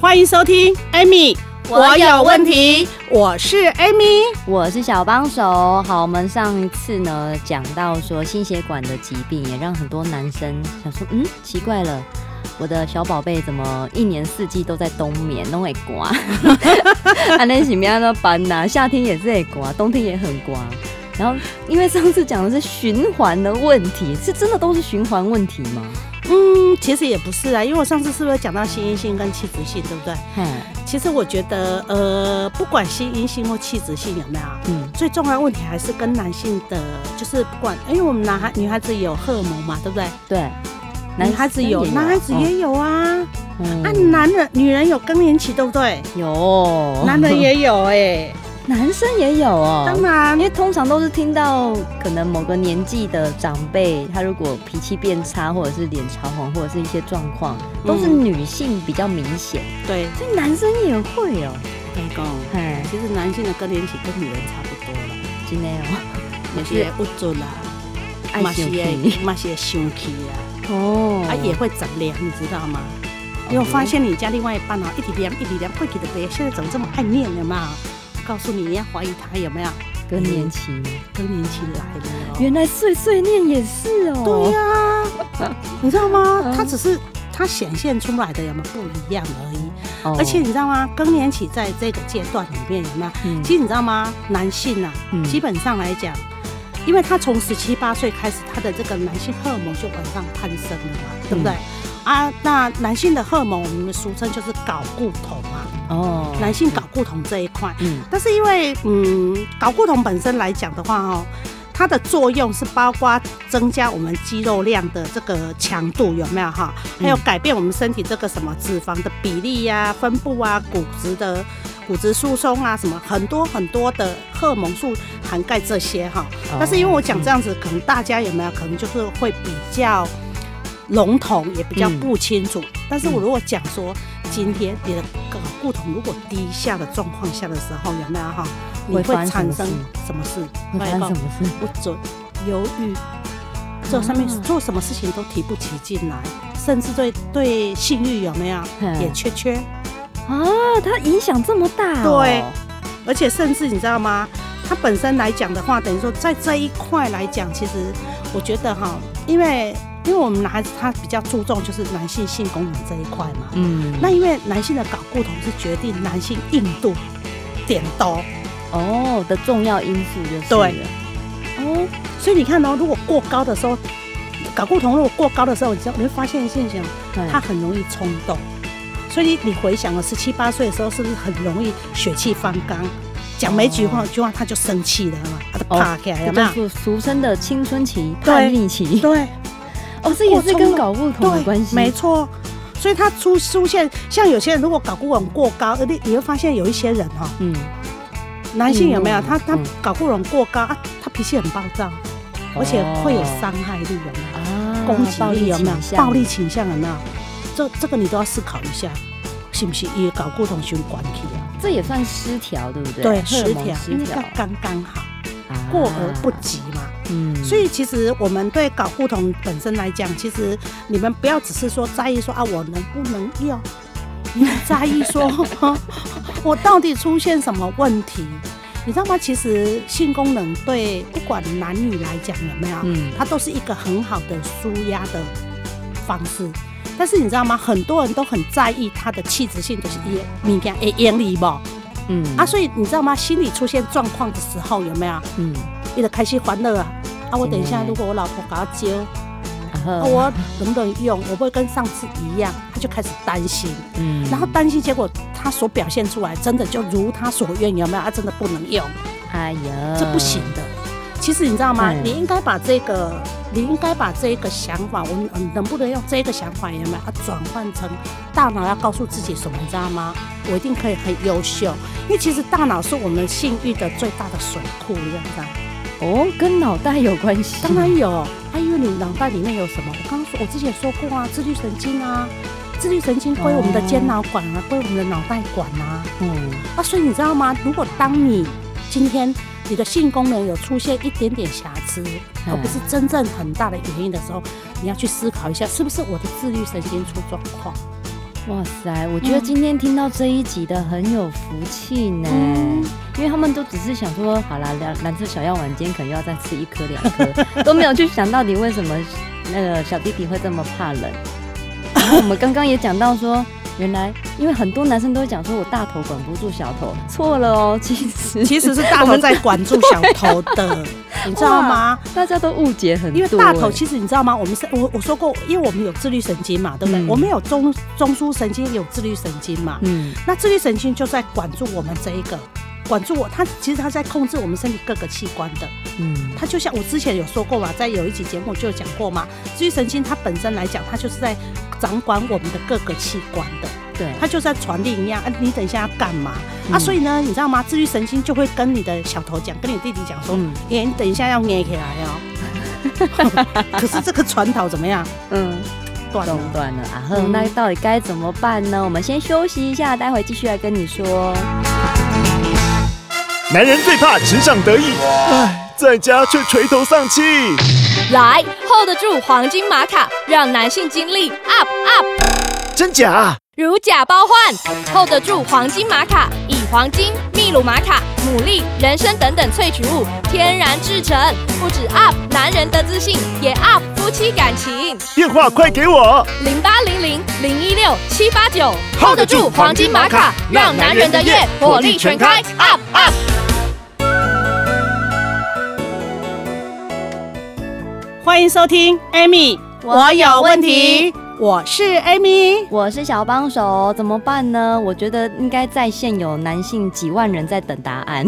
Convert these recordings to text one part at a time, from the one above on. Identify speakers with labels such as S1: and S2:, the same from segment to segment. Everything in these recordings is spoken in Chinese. S1: 欢迎收听 Amy，
S2: 我有问
S1: 题，我是 Amy。
S2: 我是小帮手。好，我们上一次呢讲到说心血管的疾病，也让很多男生想说，嗯，奇怪了，我的小宝贝怎么一年四季都在冬眠，都会 刮，啊，那什么样的班呐？夏天也是会刮，冬天也很刮。然后，因为上次讲的是循环的问题，是真的都是循环问题吗？
S1: 嗯，其实也不是啊，因为我上次是不是讲到心因性跟器质性，对不对？
S2: 嘿，
S1: 其实我觉得，呃，不管心因性或器质性有没有，
S2: 嗯，
S1: 最重要的问题还是跟男性的，就是不管，因为我们男孩女孩子也有荷尔蒙嘛，对不对？
S2: 对，
S1: 女孩子有，男孩子也有啊。啊，
S2: 按
S1: 男人、女人有更年期，对不对？
S2: 有，
S1: 男人也有哎、
S2: 男生也有哦，
S1: 当然
S2: 因为通常都是听到可能某个年纪的长辈，他如果脾气变差，或者是脸潮红，或者是一些状况，都是女性比较明显，
S1: 对，
S2: 嗯所以男生也会哦。
S1: 公公，
S2: 哎，
S1: 其实男性的更年期跟女人差不多了，
S2: 真的 哦，
S1: 也是不准啦。
S2: 爱
S1: 嘛是
S2: 生
S1: 会
S2: 气
S1: 嘛是会生气啊，
S2: 哦，
S1: 啊也会着凉，你知道吗？因为我发现你家另外一半哦，一直凉一直凉，会给的别，现在怎么这么爱念了嘛？我告诉你，你要怀疑他有没有
S2: 更年期，
S1: 更年期来了、哦。
S2: 原来碎碎念也是哦。
S1: 对呀、 你知道吗？
S2: 嗯
S1: 他只是他显现出来的有没有不一样而已。
S2: 哦
S1: 而且你知道吗？更年期在这个阶段里面有没有？
S2: 嗯
S1: 其实你知道吗？男性啊，
S2: 嗯
S1: 基本上来讲，因为他从十七八岁开始，他的这个男性荷尔蒙就往上攀升了嘛，对不对？
S2: 嗯
S1: 啊，那男性的荷尔蒙，我们俗称就是睾固酮啊嘛，
S2: 哦
S1: 男性睾固酮这一块。
S2: 嗯
S1: 但是因为嗯，睾固酮本身来讲的话哦，它的作用是包括增加我们肌肉量的这个强度有没有哈？还有
S2: 嗯
S1: 改变我们身体这个什么脂肪的比例呀、分布啊、骨质的骨质疏松啊，什么很多很多的荷尔蒙素涵盖这些哈。
S2: 哦
S1: 但是因为我讲这样子，可能大家有没有可能就是会比较笼统，也比较
S2: 嗯
S1: 不清楚。但是我
S2: 嗯
S1: 如果讲说，今天你的睾固酮如果低下的状况下的时候，有没有哈？你
S2: 会
S1: 会
S2: 发生
S1: 产
S2: 什
S1: 生
S2: 么
S1: 什么事？
S2: 会发生什么事？
S1: 不准犹豫，做上面
S2: 啊
S1: 做什么事情都提不起劲来，甚至对对性欲有没有
S2: 嗯
S1: 也缺缺，
S2: 啊，它影响这么大哦。
S1: 对而且甚至你知道吗？它本身来讲的话，等于说在这一块来讲，其实我觉得哈，因为因为我们男孩子他比较注重就是男性性功能这一块嘛，
S2: 嗯，
S1: 那因为男性的睾固酮是决定男性硬度、点多，
S2: 哦的重要因素就是
S1: 对
S2: 了哦，
S1: 所以你看哦，如果过高的时候，睾固酮如果过高的时候，你知道你会发现现象，
S2: 对
S1: 他很容易冲动。所以你回想了十七八岁的时候，是不是很容易血气方刚？讲没几句话，句话他就生气了嘛，他就怕起来
S2: 这
S1: 了嘛。
S2: 哦就是俗称的青春期、
S1: 对
S2: 叛逆期。
S1: 对
S2: 哦，这也是跟睾固酮有
S1: 对，
S2: 关系。
S1: 没错。所以他出出现像有些人如果睾固酮过高，你你会发现有一些人哦哈、
S2: 嗯，
S1: 男性有没有
S2: 嗯
S1: 他他
S2: 嗯
S1: 睾固酮过高啊，他脾气很暴躁，而且会有伤害力有没有？
S2: 啊
S1: 攻击力有没
S2: 倾
S1: 有？
S2: 向
S1: 暴力倾向有没有？这这个你都要思考一下，是不是也搞固同循环去啊？
S2: 这也算失调，对不对？
S1: 对，
S2: 荷尔
S1: 失调，
S2: 蒙
S1: 因
S2: 失
S1: 为
S2: 调
S1: 要，刚刚好，
S2: 啊
S1: 过而不。及嘛。
S2: 嗯，
S1: 所以其实我们对搞固酮本身来讲，其实你们不要只是说在意说啊我能不能用，你要在意说我到底出现什么问题，你知道吗？其实性功能对不管男女来讲有没有，
S2: 嗯
S1: 它都是一个很好的舒压的方式。但是你知道吗？很多人都很在意它的气质性，就是也物件会眼里无啊，
S2: 嗯
S1: 所以你知道吗？心理出现状况的时候有没有？
S2: 嗯，
S1: 伊就开始烦恼啊。啊，我等一下
S2: 真的
S1: 如果我老婆搞我揪，
S2: 然
S1: 啊
S2: 后
S1: 我能不能用？我不会跟上次一样，他就开始担心，
S2: 嗯
S1: 然后担心，结果他所表现啊出来真的就如他所愿，有没有？他真的不能用，
S2: 哎呀，
S1: 这不行的。其实你知道吗？
S2: 嗯
S1: 你应该把这个，你应该把这个想法，我们嗯能不能用这个想法有没有？啊，转换成大脑要告诉自己什么，你知道吗？我一定可以很优秀，因为其实大脑是我们性欲的最大的水库，你知道吗？
S2: 哦，跟脑袋有关系。
S1: 当然有，啊，因为你脑袋里面有什么？我刚刚说，我之前说过啊，自律神经啊，自律神经归我们的间脑管啊，归我们的脑袋管啊。
S2: 嗯，
S1: 啊，所以你知道吗？如果当你今天你的性功能有出现一点点瑕疵，
S2: 嗯
S1: 而不是真正很大的原因的时候，你要去思考一下，是不是我的自律神经出状况？
S2: 哇塞，我觉得今天听到这一集的很有福气呢，因为他们都只是想说，好啦，蓝蓝色小药丸今天可能又要再吃一颗两颗， 都没有去想到底为什么那个小弟弟会这么怕 冷。然后我们刚刚也讲到说，原来因为很多男生都会讲说我大头管不住小头，错了哦， 其实
S1: 其实是大头在管住小头 的，你知道吗？
S2: 大家都误解很多，
S1: 因为大头
S2: 哎
S1: 其实你知道吗？我们是我我说过，因为我们有自律神经嘛，对不对？
S2: 嗯
S1: 我们有中中枢神经，也有自律神经嘛。
S2: 嗯
S1: 那自律神经就在管住我们这一个，管住我，它其实它在控制我们身体各个器官的。
S2: 嗯
S1: 它就像我之前有说过嘛，在有一集节目就有讲过嘛，自律神经它本身来讲，它就是在掌管我们的各个器官的，
S2: 对，
S1: 它就在传令一样，啊，你等一下要干嘛啊？
S2: 嗯
S1: 所以呢，你知道吗？自律神经就会跟你的小头讲，跟你弟弟讲说，
S2: 嗯
S1: 哎、你等一下要捏起来哦。 可是这个传导怎么样
S2: 嗯。
S1: 断了
S2: 中？断了啊！哼，
S1: 嗯
S2: 那到底该怎么办呢？我们先休息一下，待会继续来跟你说。
S3: 男人最怕职场得意，唉，在家却垂头丧气。
S4: 来 hold 得住黄金玛卡，让男性精力 up up，
S3: 真假啊？
S4: 如假包换，hold 得住黄金玛卡，以黄金、秘鲁玛卡、牡蛎、人参等等萃取物天然制成，不止 up 男人的自信，也 up 夫妻感情。
S3: 电话快给我！
S4: 零八零零零一六七八九
S3: hold 得住黄金玛卡让男人的夜火力全开
S4: ，up up。
S1: 欢迎收听 Amy，
S2: 我有问题，
S1: 我是 Amy。
S2: 我是小帮手，怎么办呢？我觉得应该在线有男性几万人在等答案，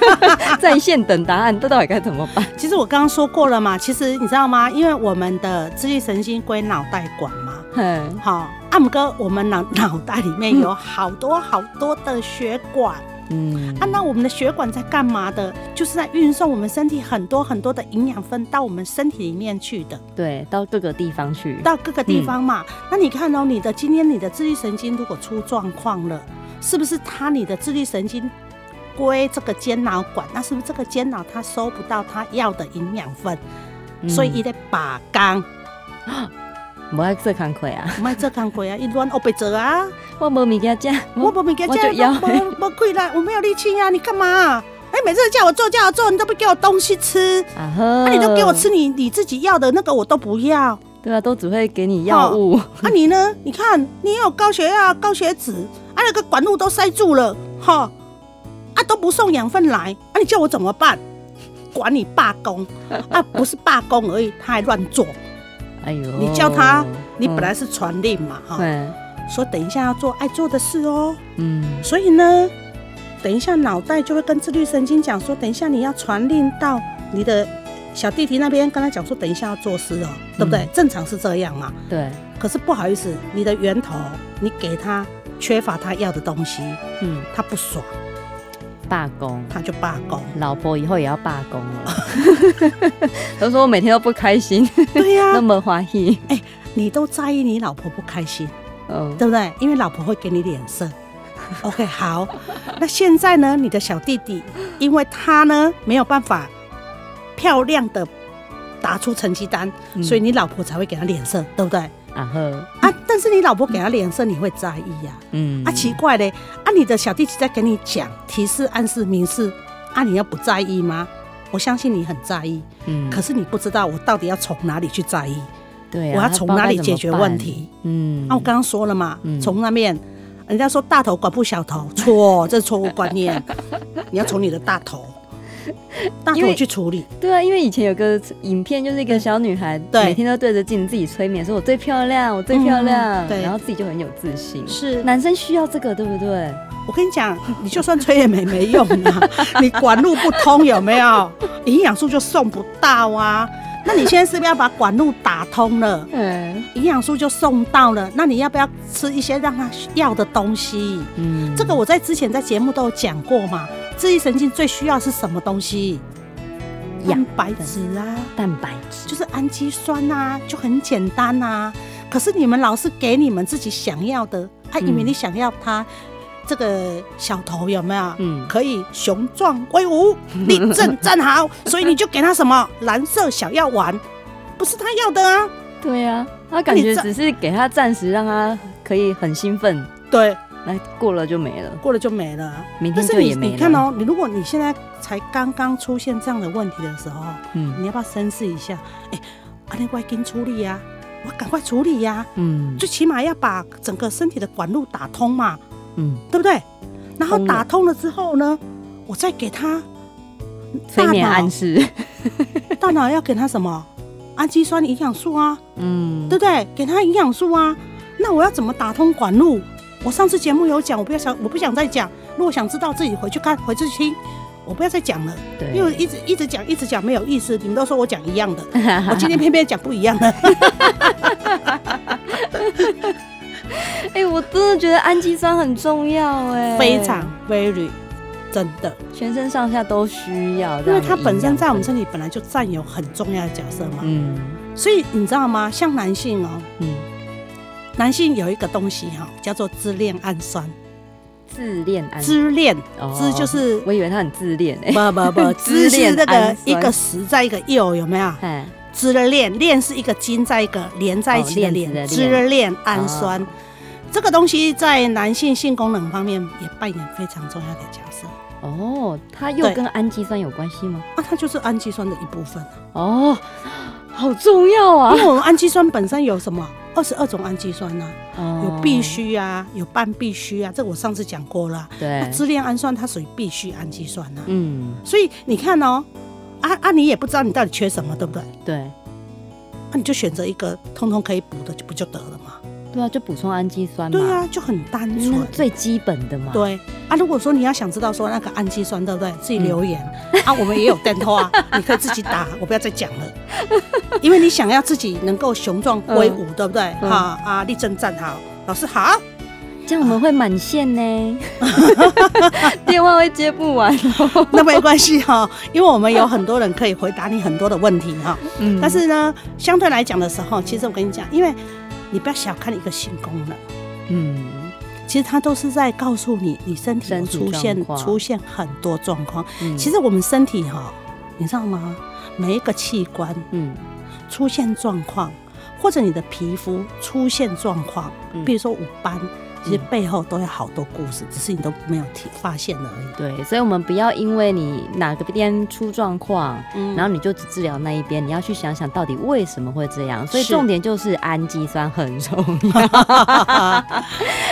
S2: 在线等答案，这到底该怎么办？
S1: 其实我刚刚说过了嘛，其实你知道吗？因为我们的自律神经归脑袋管嘛，
S2: 哼，
S1: 好，阿姆哥，我们脑脑袋里面有好多好多的血管、
S2: 嗯
S1: 啊，那我们的血管在干嘛的？就是在运送我们身体很多很多的营养分到我们身体里面去的，
S2: 对，到各个地方去，
S1: 到各个地方嘛。
S2: 嗯
S1: 那你看哦，你的今天你的自律神经如果出状况了，是不是它你的自律神经归这个间脑管？那是不是这个间脑它收不到它要的营养分，所以
S2: 一
S1: 伊在把缸，
S2: 不爱做工课啊，
S1: 卖这工过啊，一乱哦被折啊。哦
S2: 我无物件吃，
S1: 我不明天
S2: 我
S1: 叫
S2: 就要
S1: 我我我跪了，我没有力气呀、啊，你干嘛、哎、每次叫我做叫我做，你都不给我东西吃，
S2: 啊呵，
S1: 那、你都给我吃，你
S2: 嗯
S1: 你自己要的那个我都不要。
S2: 对啊，都只会给你药物，
S1: 啊你 呢？你看你也有高血压、高血脂，啊那个管路都塞住了，哈，啊都不送养分来，啊你叫我怎么办？管你罢工啊，不是罢工而已，他还乱做。
S2: 哎呦，
S1: 你叫他，你本来是传令嘛，哈、
S2: 嗯，
S1: 说等一下要做爱做的事哦、
S2: 嗯
S1: 所以呢，等一下脑袋就会跟自律神经讲说，等一下你要传令到你的小弟弟那边，跟他讲说，等一下要做事哦，对不对？
S2: 嗯
S1: 正常是这样嘛。
S2: 嗯，对，
S1: 可是不好意思，你的源头你给他缺乏他要的东西，
S2: 嗯，
S1: 他不爽，
S2: 罢工。
S1: 他就罢工。
S2: 老婆以后也要罢工了。 他说我每天都不 开心，
S1: 对呀、
S2: 那么欢喜。
S1: 你都在意你老婆不开心，
S2: 嗯，
S1: 对不对？因为老婆会给你脸 色。OK，好，那现在呢，你的小弟弟，因为他呢没有办法漂亮的打出成绩单，
S2: 嗯
S1: 所以你老婆才会给他脸色，对不对？
S2: 啊呵，
S1: 啊，但是你老婆给他脸色，你会在意呀、
S2: 嗯
S1: 啊？奇怪嘞，啊，你的小弟弟在给你讲提示、暗示、明示，啊，你要不在意吗？我相信你很在意，
S2: 嗯
S1: 可是你不知道我到底要从哪里去在意。
S2: 对啊，
S1: 我要从哪里解决问题
S2: 他不知道该怎么办？嗯，
S1: 啊，我刚刚说了嘛
S2: 嗯，
S1: 从那面，人 家说大头管不小头，错，这是错误观念。你要从你的大头，那
S2: 因为
S1: 我去处理。
S2: 对啊，因为以前有个影片，就是一个小女孩，
S1: 对
S2: 每天都对着镜子自己催眠，说我最漂亮，我最漂
S1: 嗯
S2: 亮，
S1: 对
S2: 然后自己就很有自信。
S1: 是，
S2: 男生需要这个，对不对？
S1: 我跟你讲，你就算吹也没没用啊， 你管路不通有没有？营养素就送不到啊。那你现在是不是要把管路打通了？
S2: 嗯
S1: 营养素就送到了，那你要不要吃一些让他要的东西？
S2: 嗯
S1: 这个我在之前在节目都有讲过嘛，自律神经最需要是什么东西？蛋白质啊，
S2: 蛋白质，
S1: 就是氨基酸啊，就很简单啊。可是你们老是给你们自己想要的，啊，
S2: 嗯
S1: 因为你想要它这个小头有没有？
S2: 嗯
S1: 可以雄壮威武、立正站好， 所以你就给他什么蓝色小药丸，不是他要的啊。
S2: 对啊，他感
S1: 你
S2: 觉
S1: 这
S2: 只是给他暂时让他可以很兴奋，
S1: 对，
S2: 那过了就没了，
S1: 过了就没了啊。
S2: 明
S1: 但
S2: 天
S1: 是
S2: 就
S1: 你
S2: 也没了。
S1: 你看，哦，你如果你现在才刚刚出现这样的问题的时候，
S2: 嗯
S1: 你要不要深思一下？哎、阿内快跟处理呀、啊我赶快处理呀、
S2: 嗯
S1: 最起码要把整个身体的管路打通嘛，
S2: 嗯，
S1: 对不对？然后
S2: 通了
S1: 打通了之后呢，我再给他
S2: 催眠
S1: 大脑
S2: 暗示，
S1: 大脑要给他什么氨基酸、营养素啊，
S2: 嗯，
S1: 对不对？给他营养素啊。那我要怎么打通管路？我上次节目有讲，我不要想，我不想再讲。如果想知道，自己回去看，回去听。我不要再讲了，
S2: 对
S1: 因为一直一直讲，一直讲没有意思。你们都说我讲一样 的，我今天偏偏讲不一样的。
S2: 哎、我真的觉得氨基酸很重要哎，
S1: 非常 very 真的，
S2: 全身上下都需要，
S1: 因为它本身在我们
S2: 身，
S1: 身体本来就占有很重要的角色嘛。
S2: 嗯
S1: 所以你知道吗？像男性哦、
S2: 嗯，
S1: 男性有一个东西哈、叫做支链氨酸。
S2: 自恋氨，
S1: 支链
S2: 哦，
S1: 支就是
S2: 我以为他很自恋 哎、
S1: 不不不，支
S2: 支链
S1: 是那
S2: 氨
S1: 个
S2: 酸
S1: 一个十在一个又有没有？
S2: 哎，
S1: 支链链是一个金在一个连在一起的
S2: 哦链
S1: 链，
S2: 子的链
S1: 支链氨酸。这个东西在男性性功能方面也扮演非常重要的角色。
S2: 哦，它又
S1: 对
S2: 跟氨基酸有关系吗？
S1: 啊，它就是氨基酸的一部分。
S2: 哦，好重要啊
S1: 因！为我们氨基酸本身有什么二十二种氨基酸呢、啊有
S2: 哦
S1: 必须啊，有半必须啊，这我上次讲过了。啊那
S2: 对，
S1: 支链氨酸它属于必需氨基酸啊，
S2: 嗯，
S1: 所以你看哦，啊啊，你也不知道你到底缺什么，对不对？
S2: 对，
S1: 那、你就选择一个通通可以补的，就不就得了嘛？
S2: 对啊，就补充氨基酸嘛，
S1: 对啊，就很单
S2: 嗯，
S1: 纯
S2: 那。最基本的嘛，
S1: 对啊，如果说你要想知道说那个氨基酸，对不对？自己留言、
S2: 嗯
S1: 啊，我们也有电 话，你可以自己打，我不要再讲了，因为你想要自己能够雄壮威武，对不对？哈、
S2: 嗯
S1: 啊，立正站好，老师好。
S2: 这样我们会满线呢， 电话会接不完哦。
S1: 那没关系哈、因为我们有很多人可以回答你很多的问题哈、
S2: 嗯
S1: 但是呢，相对来讲的时候，其实我跟你讲，因为你不要小看一个性功能，
S2: 嗯，
S1: 其实它都是在告诉你，你身体有
S2: 身体
S1: 出
S2: 状
S1: 现
S2: 况
S1: 出现很多状况。
S2: 嗯
S1: 其实我们身体哈、你知道吗？每一个器官
S2: 嗯
S1: 出现状况，或者你的皮肤出现状况
S2: 嗯，
S1: 比如说五斑，其实背后都有好多故事，只是你都没有提发现而已。
S2: 对，所以我们不要因为你哪个边出状况，
S1: 嗯
S2: 然后你就只治疗那一边，你要去想想到底为什么会这样。所以
S1: 是
S2: 重点就是氨基酸很重要。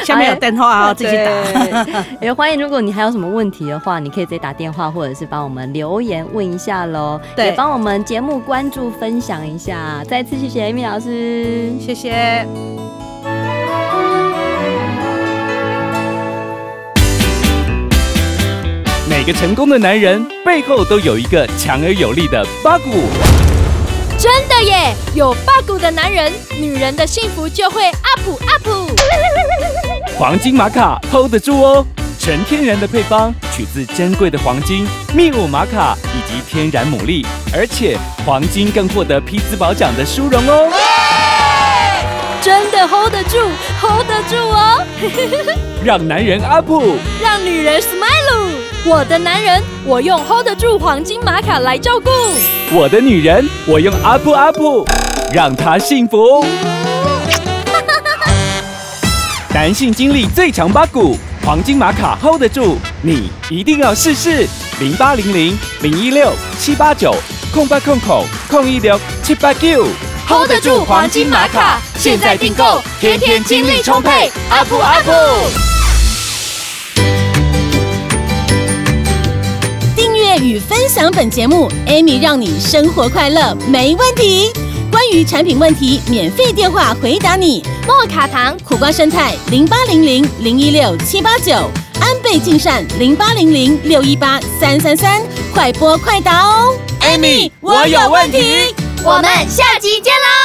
S1: 下面有电话啊，自己打。
S2: 打。 也欢迎，如果你还有什么问题的话，你可以直接打电话，或者是帮我们留言问一下喽。
S1: 对
S2: 也帮我们节目关注、分享一下。再次谢谢 Amy 老师，
S1: 谢谢。
S5: 每个成功的男人背后都有一个强而有力的八股。
S4: 真的耶！有霸骨的男人，女人的幸福就会 up up。
S5: 黄金玛卡 hold 得住哦，纯天然的配方，取自珍贵的黄金、秘鲁玛卡以及天然牡蛎，而且黄金更获得匹兹堡奖的殊荣哦。
S4: 真的 hold 得住，hold 得住哦，
S5: 让男人 up，
S4: 让女人 smile。我的男人，我用 hold 得住黄金玛卡来照顾。
S5: 我的女人，我用 up up，让她幸 福。男性精力最强八股，黄金玛卡 hold 得住，你一定要试试。零八零零零一六七八九空八空口空一六七八九
S4: hold 得住黄金玛卡，现在订购，天天精力充沛，up up。订阅
S6: 与分享本节目，Amy 让你生活快乐没问题。关于产品问题，免费电话回答你。
S4: 莫卡糖。
S6: 苦瓜生态零八零零零一六七八九，安倍晋善零八零零六一八三三三，快播快答哦。
S3: Amy，
S6: 我有问题。
S4: 我们下集见喽！